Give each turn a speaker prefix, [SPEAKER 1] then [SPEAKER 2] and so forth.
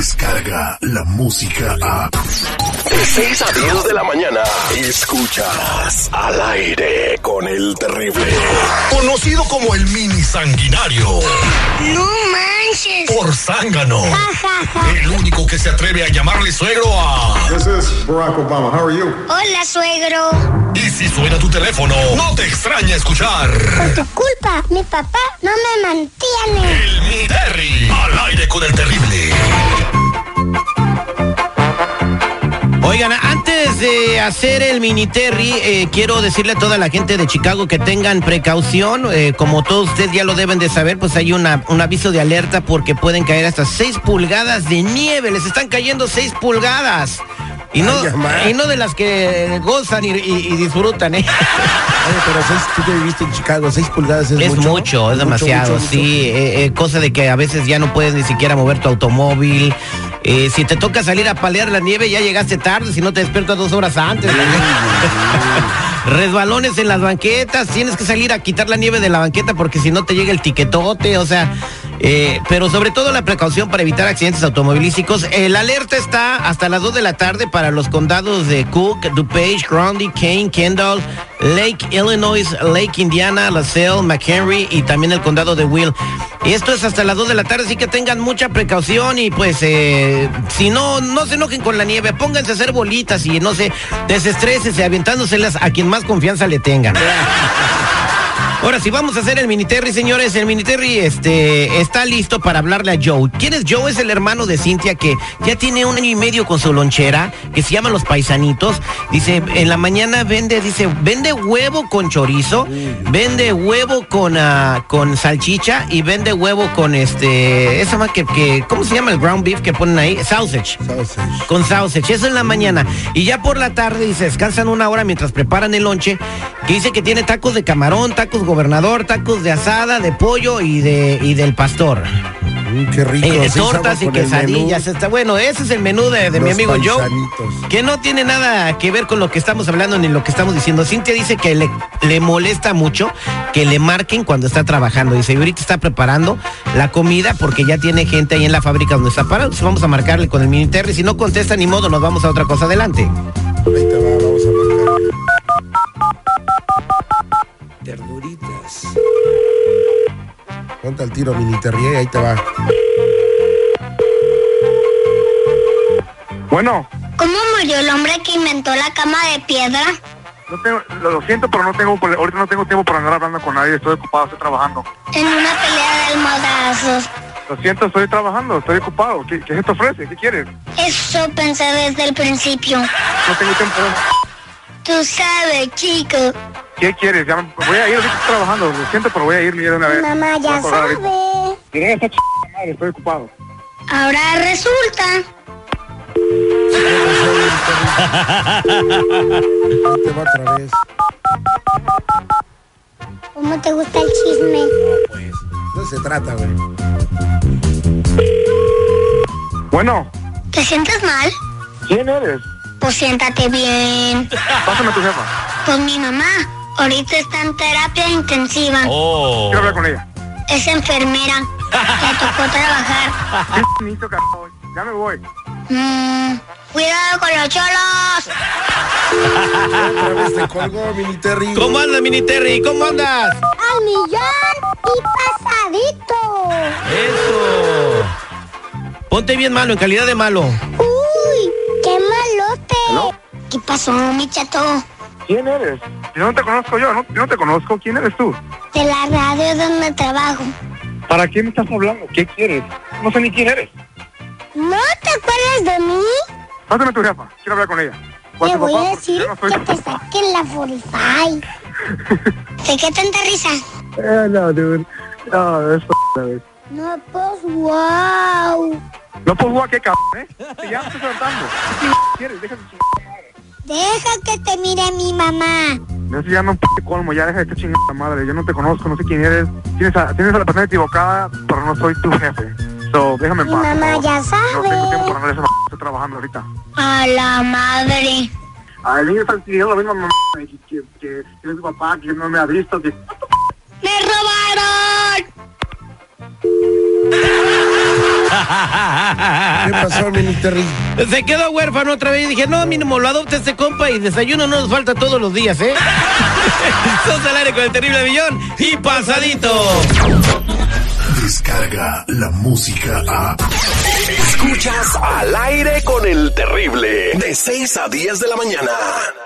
[SPEAKER 1] Escucha la música a.
[SPEAKER 2] De 6 a 10 de la mañana. Escuchas al aire con el terrible.
[SPEAKER 3] Conocido como el mini sanguinario.
[SPEAKER 4] No manches.
[SPEAKER 3] Por zángano.
[SPEAKER 4] Eh.
[SPEAKER 3] El único que se atreve a llamarle suegro a.
[SPEAKER 5] This is Barack Obama. How are you?
[SPEAKER 4] Hola, suegro.
[SPEAKER 3] Y si suena tu teléfono, no te extraña escuchar.
[SPEAKER 4] Por tu culpa, mi papá no me mantiene.
[SPEAKER 3] El mini Terry. Al aire con el terrible.
[SPEAKER 6] Oigan, antes de hacer el mini Terry, eh, quiero decirle a toda la gente de Chicago que tengan precaución. Eh, como todos ustedes ya lo deben de saber, pues hay una, un aviso de alerta porque pueden caer hasta 6 pulgadas de nieve. Les están cayendo 6 pulgadas. Y no, y no de las que gozan y, y- y disfrutan, ¿eh?
[SPEAKER 7] Oye, pero seis, tú que viviste en Chicago, seis pulgadas es,
[SPEAKER 6] Es
[SPEAKER 7] mucho.
[SPEAKER 6] mucho,
[SPEAKER 7] ¿no?
[SPEAKER 6] es demasiado,
[SPEAKER 7] mucho,
[SPEAKER 6] sí. eh, eh, cosa de que a veces ya no puedes ni siquiera mover tu automóvil. Eh, si te toca salir a palear la nieve, ya llegaste tarde, si no te despiertas dos horas antes. Resbalones en las banquetas, tienes que salir a quitar la nieve de la banqueta porque si no te llega el tiquetote, o sea, eh, pero sobre todo la precaución para evitar accidentes automovilísticos. El alerta está hasta las 2 de la tarde para los condados de Cook, DuPage, Grundy, Kane, Kendall, Lake, Illinois, Lake, Indiana, LaSalle, McHenry y también el condado de Will. Esto es hasta las 2 de la tarde, así que tengan mucha precaución y pues eh, si no, no se enojen con la nieve, pónganse a hacer bolitas y no sé, desestrésese, avientándoselas a quien más confianza le tengan. Ahora sí, vamos a hacer el Miniterry, señores. El Miniterry este, está listo para hablarle a Joe. ¿Quién es Joe? Es el hermano de Cintia que ya tiene un año y medio con su lonchera, que se llama Los Paisanitos. Dice, en la mañana vende, dice, vende huevo con chorizo, vende huevo con, ah, con salchicha y vende huevo con este, esa más que, que, ¿cómo se llama el ground beef que ponen ahí? Sausage
[SPEAKER 7] Sausage.
[SPEAKER 6] con sausage. Eso en la mañana. Y ya por la tarde, dice, descansan una hora mientras preparan el lonche. Que dice que tiene tacos de camarón, tacos gobernador, tacos de asada, de pollo y, de, y del pastor.
[SPEAKER 7] Mm, qué rico.
[SPEAKER 6] Eh,
[SPEAKER 7] seis
[SPEAKER 6] tortas
[SPEAKER 7] aguas
[SPEAKER 6] y
[SPEAKER 7] con el
[SPEAKER 6] quesadillas.
[SPEAKER 7] menú.
[SPEAKER 6] Está bueno, ese es el menú de, de mi
[SPEAKER 7] Los
[SPEAKER 6] amigo Joe.
[SPEAKER 7] paisanitos.
[SPEAKER 6] Que no tiene nada que ver con lo que estamos hablando ni lo que estamos diciendo. Cintia dice que le, le molesta mucho que le marquen cuando está trabajando. Dice, y ahorita está preparando la comida porque ya tiene gente ahí en la fábrica donde está parado. Entonces vamos a marcarle con el mini Terry. Si no contesta ni modo, nos vamos a otra cosa adelante.
[SPEAKER 7] Ahí te va, vamos a marcar. Ternuritas. Ponte al tiro, mini Terry, eh, ahí te va.
[SPEAKER 8] Bueno,
[SPEAKER 4] ¿Cómo murió el hombre que inventó la cama de piedra?
[SPEAKER 8] no tengo, lo lo siento, pero no tengo, ahorita no tengo tiempo para andar hablando con nadie. Estoy ocupado, estoy trabajando.
[SPEAKER 4] En una pelea de almohadazos.
[SPEAKER 8] Lo siento, estoy trabajando, estoy ocupado. ¿Qué, qué se te ofrece? ¿Qué quieres?
[SPEAKER 4] Eso pensé desde el principio.
[SPEAKER 8] No tengo tiempo.
[SPEAKER 4] Tú sabes, chico.
[SPEAKER 8] ¿Qué quieres? Ya me- voy a ir, ahorita estoy trabajando. Lo siento, pero voy a ir mira, de una vez.
[SPEAKER 4] Mamá
[SPEAKER 8] Voy
[SPEAKER 4] ya
[SPEAKER 8] a colgar
[SPEAKER 4] sabe.
[SPEAKER 8] ahorita. Mira, esa ch- madre, estoy ocupado.
[SPEAKER 4] Ahora resulta.
[SPEAKER 7] Ahí te va otra vez.
[SPEAKER 4] ¿Cómo te gusta el chisme?
[SPEAKER 7] No se trata, güey.
[SPEAKER 8] Bueno,
[SPEAKER 4] ¿Te sientes mal?
[SPEAKER 8] ¿quién eres?
[SPEAKER 4] Pues siéntate bien.
[SPEAKER 8] Pásame a tu jefa.
[SPEAKER 4] Pues mi mamá ahorita está en terapia intensiva.
[SPEAKER 6] Oh.
[SPEAKER 8] Quiero hablar con ella.
[SPEAKER 4] Es enfermera. Le tocó trabajar.
[SPEAKER 8] Qué bonito, carajo. Ya me voy.
[SPEAKER 4] Mm, cuidado con los cholos.
[SPEAKER 7] Otra vez te colgó, mini Terry.
[SPEAKER 6] ¿Cómo andas, mini Terry? ¿Cómo andas?
[SPEAKER 4] Al millón y pasadito.
[SPEAKER 6] Eso. Ponte bien malo, en calidad de malo.
[SPEAKER 4] Uy, qué malote. ¿Qué pasó, mi chato?
[SPEAKER 8] ¿Quién eres? Yo no te conozco yo, no, yo no te conozco. ¿Quién eres tú?
[SPEAKER 4] De la radio donde trabajo.
[SPEAKER 8] ¿Para qué me estás hablando? ¿Qué quieres? No sé ni quién eres.
[SPEAKER 4] ¿No te acuerdas de mí?
[SPEAKER 8] Pásame a tu jefa. Quiero hablar con ella. Con
[SPEAKER 4] Te
[SPEAKER 8] tu
[SPEAKER 4] voy
[SPEAKER 8] papá,
[SPEAKER 4] a
[SPEAKER 8] porque
[SPEAKER 4] decir
[SPEAKER 8] yo no soy
[SPEAKER 4] que
[SPEAKER 8] tu
[SPEAKER 4] te
[SPEAKER 8] papá.
[SPEAKER 4] saquen la Forify. ¿De qué tanta risa?
[SPEAKER 8] Eh, no, dude. No, es p- güey.
[SPEAKER 4] No, pues, wow.
[SPEAKER 8] No puedo jugar qué cabrón, ¿eh? Te ya me estás soltando. ¿Qué ching- quieres? Deja de chingar.
[SPEAKER 4] Deja que te mire mi mamá.
[SPEAKER 8] Eso ya no p- colmo, ya deja de estar chingando madre. Yo no te conozco, no sé quién eres. Tienes a, tienes a la persona equivocada, pero no soy tu jefe. So, déjame en
[SPEAKER 4] Mi
[SPEAKER 8] paz. por
[SPEAKER 4] mamá
[SPEAKER 8] favor.
[SPEAKER 4] ya
[SPEAKER 8] No tengo tiempo
[SPEAKER 4] sabe.
[SPEAKER 8] para andar esa m- Estoy trabajando ahorita.
[SPEAKER 4] A la madre.
[SPEAKER 8] Al niño está diciendo la misma mamá. Que, que, que es mi papá, que no me ha visto, que...
[SPEAKER 4] ¡Me robaron!
[SPEAKER 7] ¿Qué pasó, mini Terry?
[SPEAKER 6] Se quedó huérfano otra vez y dije, no, mínimo, lo adopta este compa y desayuno no nos falta todos los días, ¿eh? Sos al aire con el terrible millón y pasadito.
[SPEAKER 1] Descarga la música a.
[SPEAKER 2] Escuchas al aire con el terrible de 6 a 10 de la mañana.